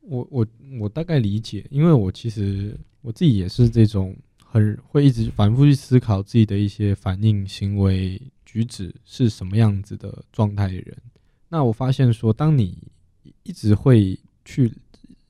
我我我大概理解，因为我其实我自己也是这种很会一直反复去思考自己的一些反应、行为、举止是什么样子的状态的人。那我发现说，当你一直会去，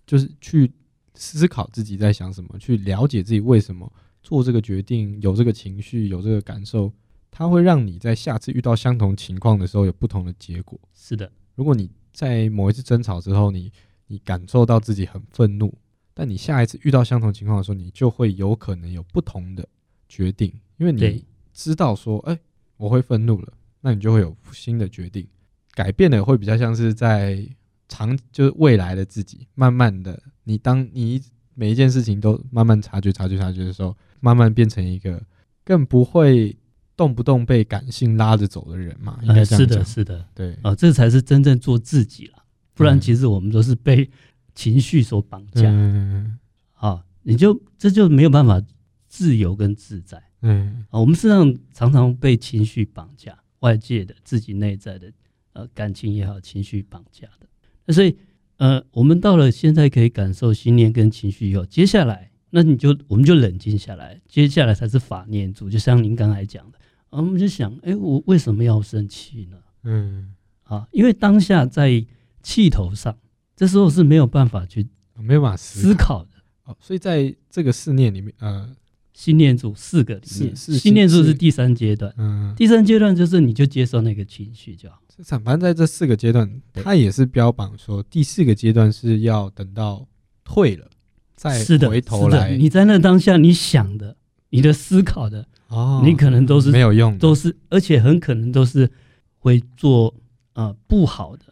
就是去思考自己在想什么，去了解自己为什么做这个决定，有这个情绪，有这个感受，它会让你在下次遇到相同情况的时候有不同的结果。是的，如果你在某一次争吵之后，你你感受到自己很愤怒，但你下一次遇到相同情况的时候，你就会有可能有不同的决定，因为你对知道说，哎、我会愤怒了，那你就会有新的决定，改变的会比较像是在长，就是未来的自己，慢慢的，你当你一每一件事情都慢慢察觉、察觉、察觉的时候，慢慢变成一个更不会动不动被感性拉着走的人嘛，应该呃这是样讲、的，是的，对，啊，这才是真正做自己了。不然，嗯其实我们都是被情绪所绑架嗯啊，你就这就没有办法自由跟自在嗯啊。我们是那种常常被情绪绑架，外界的、自己内在的，呃，感情也好，情绪绑架的。那所以，呃，我们到了现在可以感受心念跟情绪以后，接下来，那你就我们就冷静下来，接下来才是法念住，就像您刚才讲的，啊，我们就想，哎，我为什么要生气呢？嗯，啊，因为当下在气头上，这时候是没有办法去没有办法思思考的。哦，所以在这个四念里面，呃，信念组四个里面，是是信念组是是第三阶段。嗯，第三阶段就是你就接受那个情绪就好。这反正在这四个阶段，对它也是标榜说，第四个阶段是要等到退了，再是的，回头是的来。你在那当下你想的、你的思考的，哦，你可能都是没有用的，都是，而且很可能都是会做呃不好的、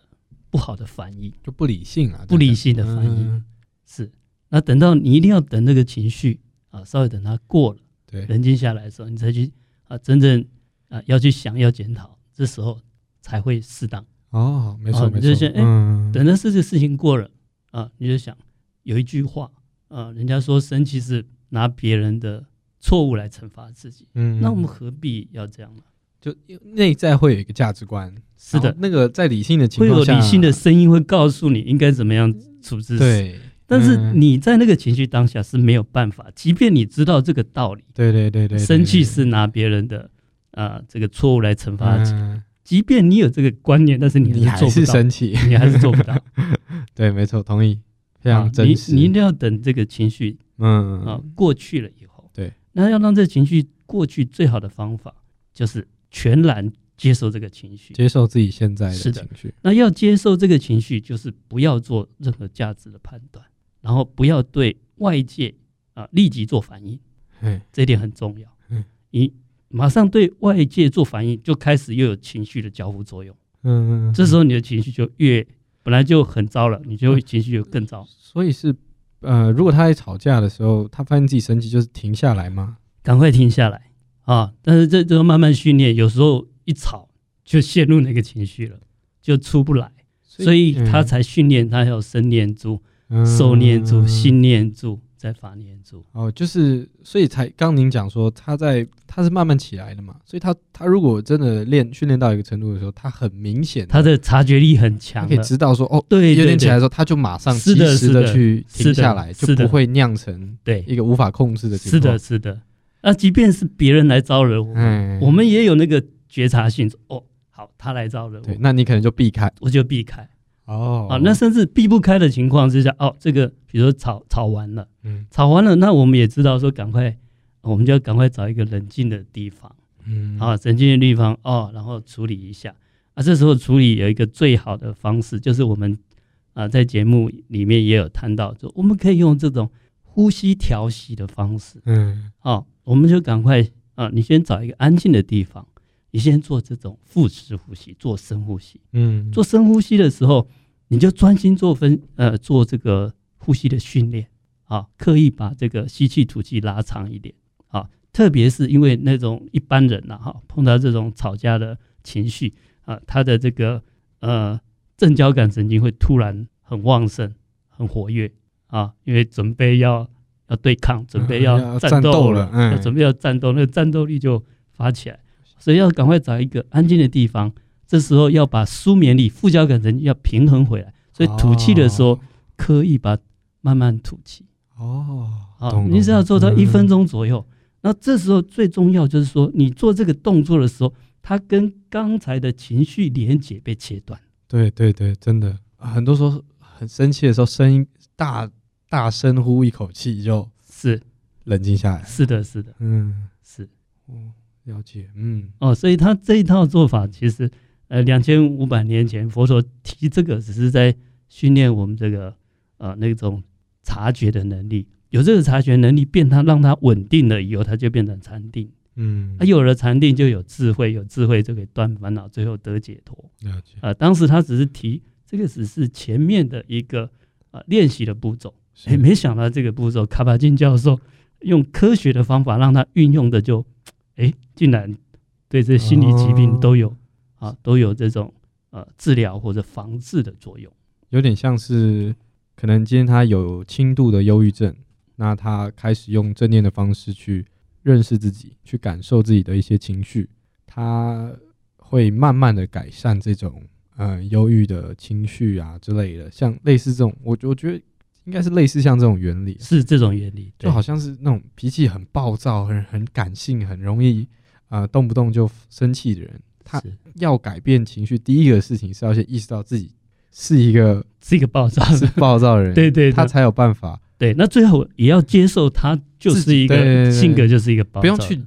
不好的反应，就不理性啊，不理性性的反应。嗯是，那等到你一定要等那个情绪啊，稍微等它过了。对，冷静下来的时候，你才去啊、真正啊、要去想要检讨，这时候才会适当。哦，没错哦没你就错先，哎嗯，等到这个事情过了啊、你就想有一句话啊、人家说生气是拿别人的错误来惩罚自己，嗯，那我们何必要这样呢？就内在会有一个价值观，是然的后，那个在理性的情会有况下，理性的声音会告诉你应该怎么样处置。，对，但是嗯你在那个情绪当下是没有办法，即便你知道这个道理，对对对对，对生气是拿别人的。啊、这个错误来惩罚自己，嗯即便你有这个观念，但是你你还是还做是不到。生气， 你还是做不到。对，没错，同意， 非啊常真实，你你一定要等这个情绪嗯啊、过去了以后，对，那要让这个情绪过去，最好的方法就是全然接受这个情绪。接受自己现在的是的情绪，那要接受这个情绪，就是不要做任何价值的判断，然后不要对外界啊、立即做反应，嘿，这一点很重要嗯。你马上对外界做反应，就开始又有情绪的交互作用，嗯，这时候你的情绪就越本来就很糟了，你就会情绪就更糟。所以是，呃，如果他在吵架的时候，他发现自己生气，就是停下来吗？赶快停下来啊！但是这这要慢慢训练，有时候一吵就陷入那个情绪了，就出不来，所以他才训练他要身念住、受念住、嗯嗯心念住、再法念住。哦，就是，所以才刚您讲说他在他是慢慢起来的嘛，所以他他如果真的练训练到一个程度的时候，他很明显地他的察觉力很强他可以的，知道说哦。对有对点起来的对时候，他就马上及是的时是的的去停是的下来，就是不的会酿成对，一个无法控制的情是况。的，是的。那即便是别人来招惹我们，嗯，我们也有那个觉察性，哦，好，他来招惹对，我，那你可能就避开我就避开哦啊。那甚至避不开的情况之下，哦，这个比如说吵吵完了。嗯吵完了，那我们也知道说赶快，我们就要赶快找一个冷静的地方嗯啊，冷静的地方哦，然后处理一下啊。这时候处理有一个最好的方式，就是我们啊在节目里面也有谈到，就我们可以用这种呼吸调息的方式嗯啊，我们就赶快啊，你先找一个安静的地方，你先做这种腹式呼吸，做深呼吸。嗯，做深呼吸的时候，你就专心做分呃做这个呼吸的训练啊，刻意把这个吸气吐气拉长一点啊。特别是因为那种一般人呐、哈、碰到这种吵架的情绪啊，他的这个呃正交感神经会突然很旺盛、很活跃啊，因为准备要要对抗，准备嗯要要战战斗斗了嗯要准备要战斗，那个战斗力就发起来，所以要赶快找一个安静的地方。这时候要把舒眠力、副交感神经要平衡回来，所以吐气的时候哦刻意把慢慢吐气。哦，啊，懂你只要做到一分，懂嗯钟左右。那这时候最重要就是说，你做这个动作的时候，它跟刚才的情绪连接被切断。嗯对对对，真的，啊很多时候很生气的时候，声音大大深呼一口气就是，冷静下来。是的，是的，嗯，是哦，了解，嗯，哦。所以他这一套做法，其实呃，两千五百年前佛陀提这个，只是在训练我们这个呃那种察觉的能力。有这个察觉能力，变它让它稳定了以后，它就变成禅定。嗯啊，，有了禅定，就有智慧，有智慧就可以断烦恼，最后得解脱。了解，呃，当时他只是提这个只是前面的一个呃练习的步骤，是哎，没想到这个步骤，卡巴金教授用科学的方法让他运用的就，哎，竟然对这心理疾哦病都有、啊都有这种呃治疗或者防治的作用。有点像是可能今天他有轻度的忧郁症，那他开始用正念的方式去认识自己，去感受自己的一些情绪，他会慢慢的改善这种呃忧郁的情绪啊之类的，像类似这种，我我觉得应该是类似像这种原理，是这种原理，就对好像是那种脾气很暴躁、很很感性、很容易啊、呃动不动就生气的人，他是要改变情绪，第一个事情是要先意识到自己是一个是一个爆炸，是暴躁的人， 对对他对才有办法，对，那最后也要接受他就自是一对对个对性格，就是一个爆不炸用的，去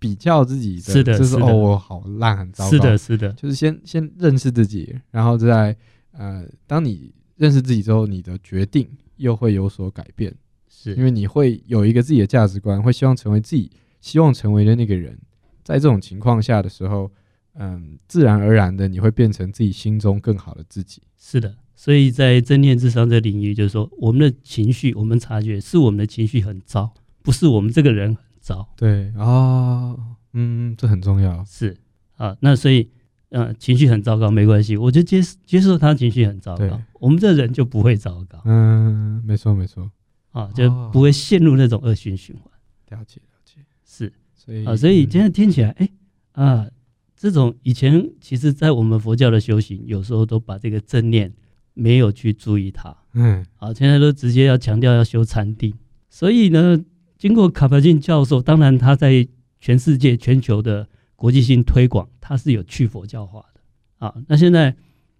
比较自己的，是的就是是的哦，我好烂，很糟糕，是的，，是的，就是先先认识自己，然后再呃，当你认识自己之后，你的决定又会有所改变，是因为你会有一个自己的价值观，会希望成为自己希望成为的那个人。在这种情况下的时候，嗯，自然而然的你会变成自己心中更好的自己。是的，所以在正念智商这领域，就是说我们的情绪，我们察觉是我们的情绪很糟，不是我们这个人很糟，对啊、嗯，这很重要。是啊。那所以，呃，情绪很糟糕没关系，我就接接受他情绪很糟对糕，我们这人就不会糟糕嗯，没错没错，啊，就哦不会陷入那种恶性循环。了解了解。是所以啊，所以嗯现在听起来，哎啊，这种以前其实，在我们佛教的修行，有时候都把这个正念没有去注意它。嗯，好，啊现在都直接要强调要修禅定。所以呢，经过卡巴金教授，当然他在全世界、全球的国际性推广，他是有去佛教化的啊。那现在，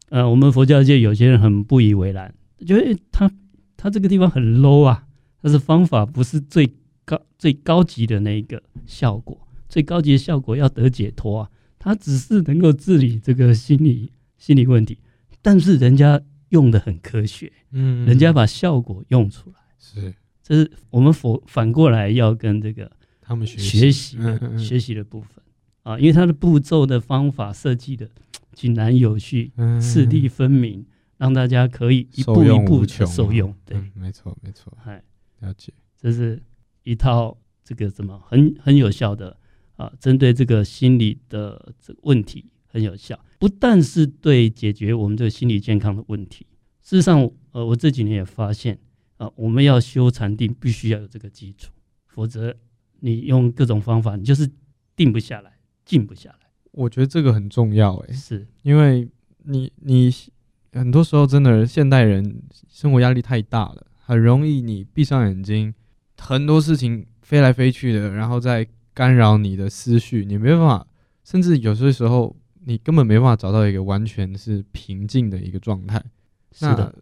呃，我们佛教界有些人很不以为然，觉得诶他他这个地方很 low 啊，他是方法不是最高最高级的那一个效果，最高级的效果要得解脱啊，他只是能够治理这个心理心理问题，但是人家用的很科学。嗯人家把效果用出来，是这是我们反反过来要跟这个他们学习学习嗯嗯的嗯学习的部分啊，因为它的步骤的方法设计的井然有序、嗯次第分明，让大家可以一步受一用步无的穷受用。对，嗯，没错没错，哎，了解。这是一套这个什么很很有效的啊，针对这个心理的这个问题很有效，不但是对解决我们这个心理健康的问题。事实上，呃，我这几年也发现啊，我们要修禅定，必须要有这个基础，否则你用各种方法，你就是定不下来，静不下来。我觉得这个很重要诶、是因为你你很多时候真的现代人生活压力太大了，很容易你闭上眼睛，很多事情飞来飞去的，然后再干扰你的思绪，你没办法，甚至有些时候你根本没办法找到一个完全是平静的一个状态。是那的，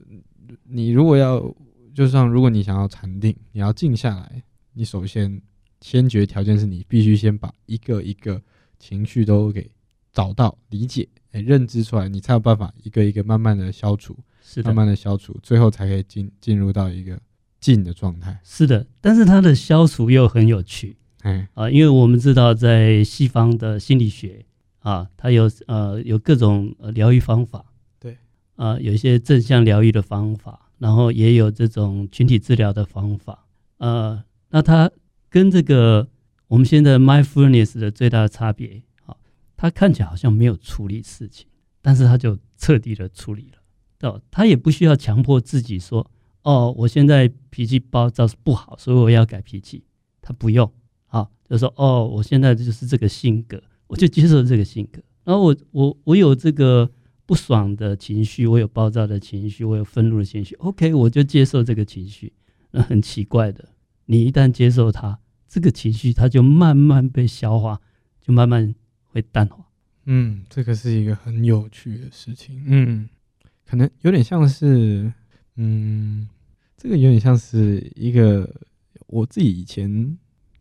你如果要，就像如果你想要禅定，你要静下来，你首先先决条件是你必须先把一个一个情绪都给找到、理解、哎认知出来，你才有办法一个一个慢慢的消除，是的慢。慢的消除，最后才可以进进入到一个静的状态。是的，但是它的消除又很有趣，哎，啊，因为我们知道在西方的心理学啊，它有呃有各种呃疗愈方法，对，啊，有一些正向疗愈的方法，然后也有这种群体治疗的方法，呃，那它跟这个我们现在 mindfulness 的最大的差别，啊，它看起来好像没有处理事情，但是它就彻底的处理了，对吧，它也不需要强迫自己说，哦，我现在脾气暴躁是不好，所以我要改脾气，他不用。啊，就说哦，我现在就是这个性格，我就接受这个性格。然后我我我有这个不爽的情绪，我有暴躁的情绪，我有愤怒的情绪，OK，我就接受这个情绪。那很奇怪的，你一旦接受它，这个情绪它就慢慢被消化，就慢慢会淡化。嗯，这个是一个很有趣的事情。嗯，可能有点像是，嗯，这个有点像是一个我自己以前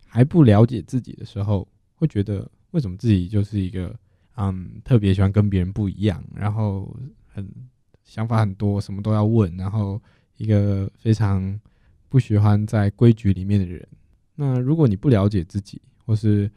还不了解自己的时候，会觉得为什么自己就是一个嗯特别喜欢跟别人不一样，然后很想法很多，什么都要问，然后一个非常不喜欢在规矩里面的人。那如果你不了解自己，或是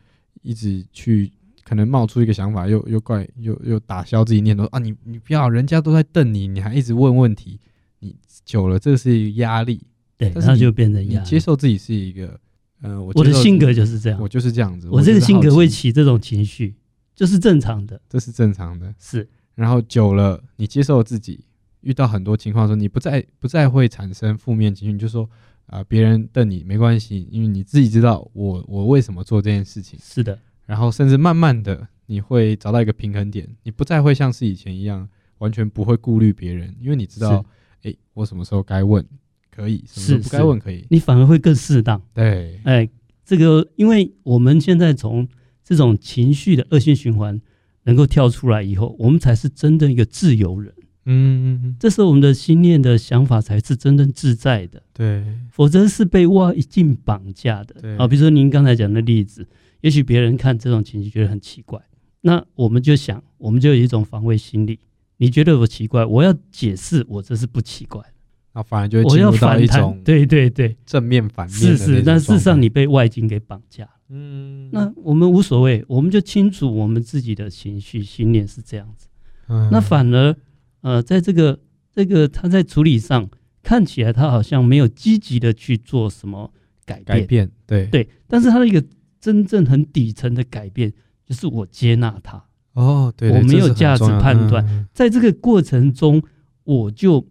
一直去可能冒出一个想法，又又怪又又打消自己念头啊！你你不要，人家都在瞪你，你还一直问问题，你久了这是一个压力。对，但是那就变成你压力接受自己是一个，呃，我我的接受性格就是这样，我就是这样子，我这个就是性格好会奇，起这种情绪，就是正常的，这是正常的。是然后久了，你接受自己，遇到很多情况的时候，你不再不再会产生负面情绪，你就说啊、别人瞪你没关系，因为你自己知道我我为什么做这件事情。是的，然后甚至慢慢的你会找到一个平衡点，你不再会像是以前一样完全不会顾虑别人，因为你知道，哎，我什么时候该问可以，什么时候是不该问可以，你反而会更适当。对，哎，这个因为我们现在从这种情绪的恶性循环能够跳出来以后，我们才是真正一个自由人。嗯，这时候我们的心念的想法才是真正自在的，对，否则是被外境绑架对的。啊，比如说您刚才讲的例子，也许别人看这种情绪觉得很奇怪，那我们就想，我们就有一种防卫心理。你觉得我奇怪，我要解释，我这是不奇怪，那反而就会我进要入到反一弹。种对对对，正面反面的是是，但事实上你，你被外境给绑架了。嗯，那我们无所谓，我们就清楚我们自己的情绪、信念是这样子。嗯那反而，呃，在这个这个他在处理上看起来他好像没有积极的去做什么改变，改变，对，对，但是他的一个真正很底层的改变，就是我接纳他，哦，对，对我没这有是很价值重要判断，嗯在这个过程中，我就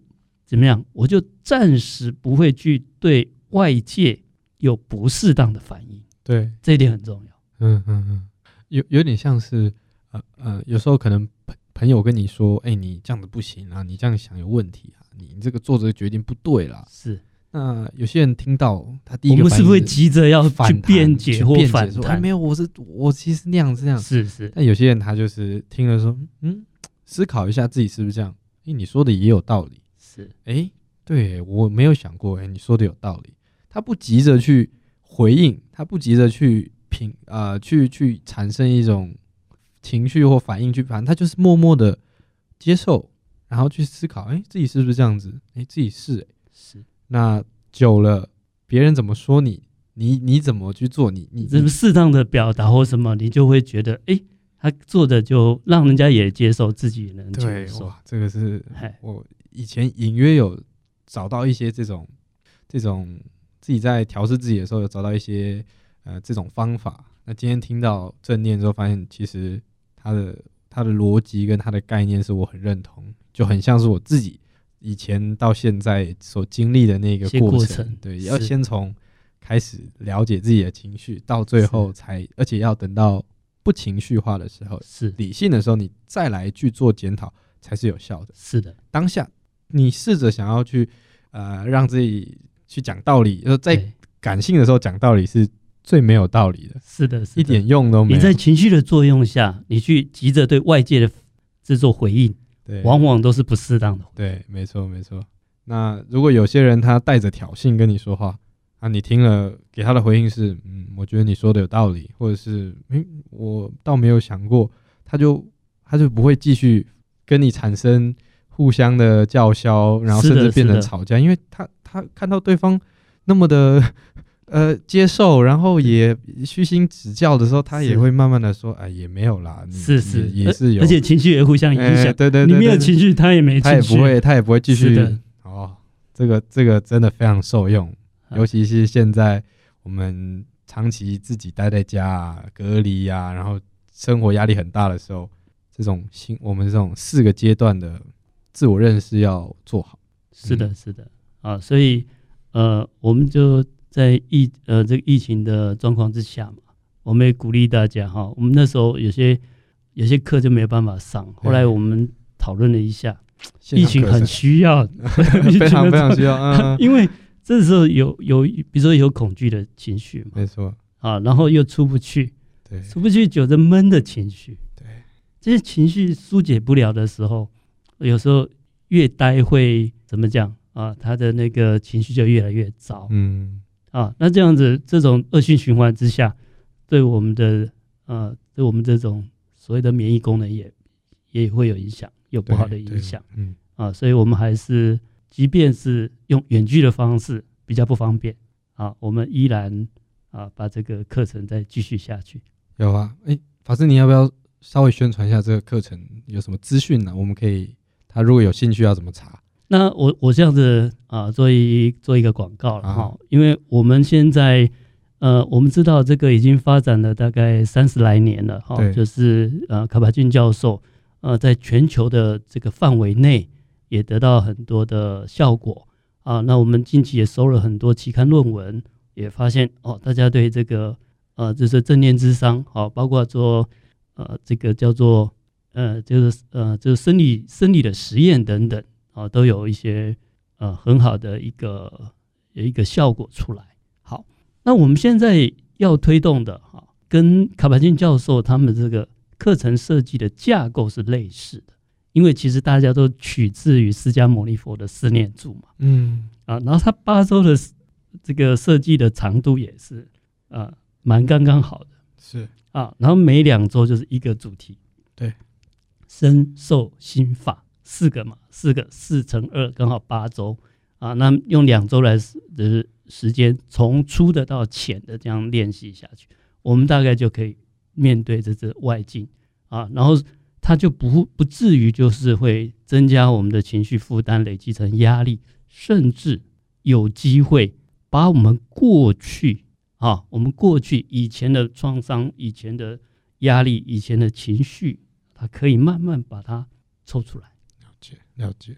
怎么样，我就暂时不会去对外界有不适当的反应，对，这一点很重要。嗯嗯嗯，有有点像是，呃呃，有时候可能朋朋友跟你说，哎、你这样子不行啊，你这样想有问题啊，你你这个做这个决定不对啦。是那有些人听到他第一我个们反是不应是会急着要反去弹辩解去或辩反说哎弹没？有，我是我其实那样是那样。是是，但有些人他就是听了说，嗯，思考一下自己是不是这样，哎、你说的也有道理，是哎、对我没有想过，哎、你说的有道理。他不急着去回应，他不急着去评，呃，去去产生一种情绪或反应去反，他就是默默的接受，然后去思考，哎、自己是不是这样子？哎、自己是、诶是，那久了，别人怎么说你，你你怎么去做你？你怎么你适当的表达或什么，你就会觉得，哎，他做的就让人家也接受，自己也能接对受。哇，这个是嗨，我以前隐约有找到一些这种这种自己在调试自己的时候，有找到一些呃这种方法。那今天听到正念之后，发现其实它的它的逻辑跟它的概念是我很认同，就很像是我自己以前到现在所经历的那个一些过程对，是要先从开始了解自己的情绪，到最后才，而且要等到不情绪化的时候，是理性的时候，你再来去做检讨才是有效的。是的，当下，你试着想要去呃让自己去讲道理，就是在对感性的时候讲道理是最没有道理的，是的，是的一点。用都没你有。在情绪的作用下，你去急着对外界的这做回应，对，往往都是不适当的。对，没错没错。那如果有些人他带着挑衅跟你说话，啊，你听了给他的回应是，嗯，我觉得你说的有道理，或者是，嗯，我倒没有想过，他就他就不会继续跟你产生互相的叫嚣，然后是甚的至变是成的吵架，因为他他看到对方那么的呃接受，然后也虚心指教的时候，他也是会慢慢的说，哎，也没有啦，你是你是，也而是有，而且情绪也互相影哎响。对对对，你没对有对情绪，他也没他也情绪。不会，他也不会继是续的。哦，这个这个真的非常受用，啊尤其是现在我们长期自己待在家、啊、隔离啊，然后生活压力很大的时候，这种心我们这种四个阶段的自我认识要做好。是嗯的，是的，啊，所以呃，我们就在疫呃这个疫情的状况之下嘛，我们也鼓励大家哈，我们那时候有些有些课就没有办法上，后来我们讨论了一下，现疫场情课 很程需要，非 非常非常需要， 嗯，嗯因为这时候有有，比如说有恐惧的情绪嘛，没错，啊，然后又出不去，对出不去久的闷的情绪，对，这些情绪疏解不了的时候，有时候越待会怎么讲啊？他的那个情绪就越来越糟、嗯，啊。那这样子，这种恶性循环之下，对我们的呃，对我们这种所谓的免疫功能也也会有影响，有不对好的影响。，对嗯，啊，所以我们还是，即便是用远距的方式比较不方便啊，我们依然啊把这个课程再继续下去。有啊，哎，法师，你要不要稍微宣传一下这个课程有什么资讯呢？我们可以，他如果有兴趣要怎么查？那我我这样子啊，做一做一个广告了哈、啊因为我们现在呃，我们知道这个已经发展了大概三十来年了哈、对就是呃卡巴俊教授呃在全球的这个范围内也得到很多的效果啊。那我们近期也收了很多期刊论文，也发现哦，大家对这个呃就是正念智商好、包括做呃这个叫做呃就是呃就是生理生理的实验等等。啊，都有一些呃很好的一个有一个效果出来。好，那我们现在要推动的哈、跟卡巴金教授他们这个课程设计的架构是类似的，因为其实大家都取自于释迦牟尼佛的四念住嘛，嗯，啊，然后他八周的 s- 这个设计的长度也是呃蛮刚刚好的是，啊，然后每两周就是一个主题，对，身受心法四个嘛，四个四乘二刚好八周啊，那用两周来时就是时间，从粗的到浅的这样练习下去，我们大概就可以面对这只外境啊，然后它就不不至于就是会增加我们的情绪负担，累积成压力，甚至有机会把我们过去啊，我们过去以前的创伤、以前的压力、以前的情绪，它可以慢慢把它抽出来，了解，了解。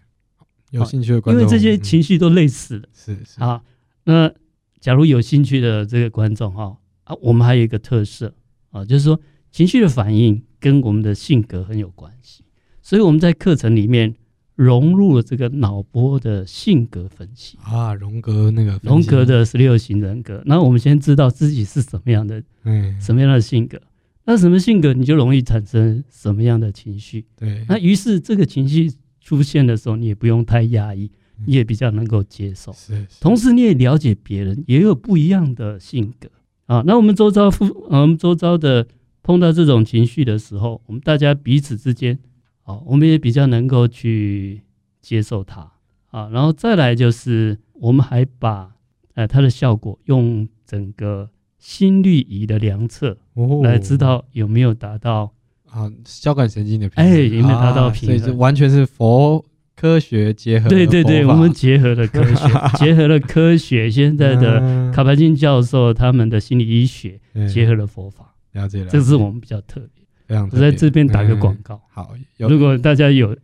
有好兴趣的观因众，为这些嗯情绪都类似的。是是，啊，那假如有兴趣的这个观众哈、啊，我们还有一个特色啊，就是说情绪的反应跟我们的性格很有关系，所以我们在课程里面融入了这个脑波的性格分析，啊，荣格那个分荣析格，的十六型人格。那我们先知道自己是什么样的嗯，什么样的性格，那什么性格你就容易产生什么样的情绪。对，那于是这个情绪出现的时候，你也不用太压抑，你也比较能够接受。是是同时你也了解别人也有不一样的性格啊。那我们周遭父，呃我们周遭的碰到这种情绪的时候，我们大家彼此之间，啊，我们也比较能够去接受它啊。然后再来就是，我们还把呃它的效果用整个心率仪的量测哦来知道有没有达到啊，交感神经的平哎衡，有没有达到啊平所以衡这完全是佛科学结合的对对对，佛我法们结合了科 学，结合了科学现在的嗯卡巴金教授他们的心理医学，嗯结合了佛法，了解了解，这是我们比较特别。非常我特别在这边打个广嗯告，好，如有果大家有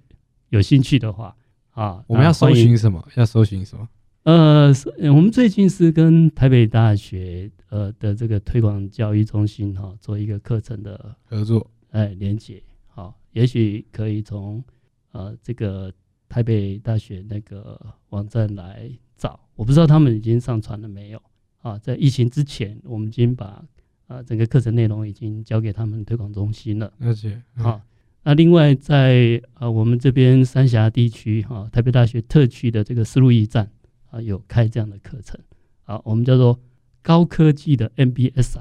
有兴趣的话啊，我们要啊搜。欢迎寻什么？要搜寻什么？呃，是呃我们最近是跟台北大学呃的这个推广教育中心哈、做一个课程的合作哎连接，好、也许可以从呃这个台北大学那个网站来找，我不知道他们已经上传了没有啊。在疫情之前，我们已经把呃整个课程内容已经交给他们推广中心了。了解嗯啊。那另外在呃我们这边三峡地区哈、台北大学特区的这个丝路驿站啊、有开这样的课程啊，我们叫做高科技的 MBSR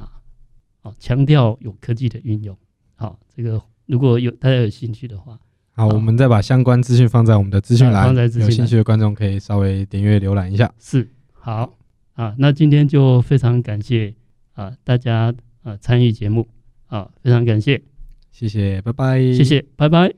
啊，强调有科技的运用。好、这个如果有大家有兴趣的话，好，好我们再把相关资讯放在我们的资讯啊栏放在，资讯有栏兴趣的观众可以稍微点阅浏览一下。是好啊。那今天就非常感谢啊大家啊参与节目啊，非常感谢，谢谢，拜拜，谢谢，拜拜。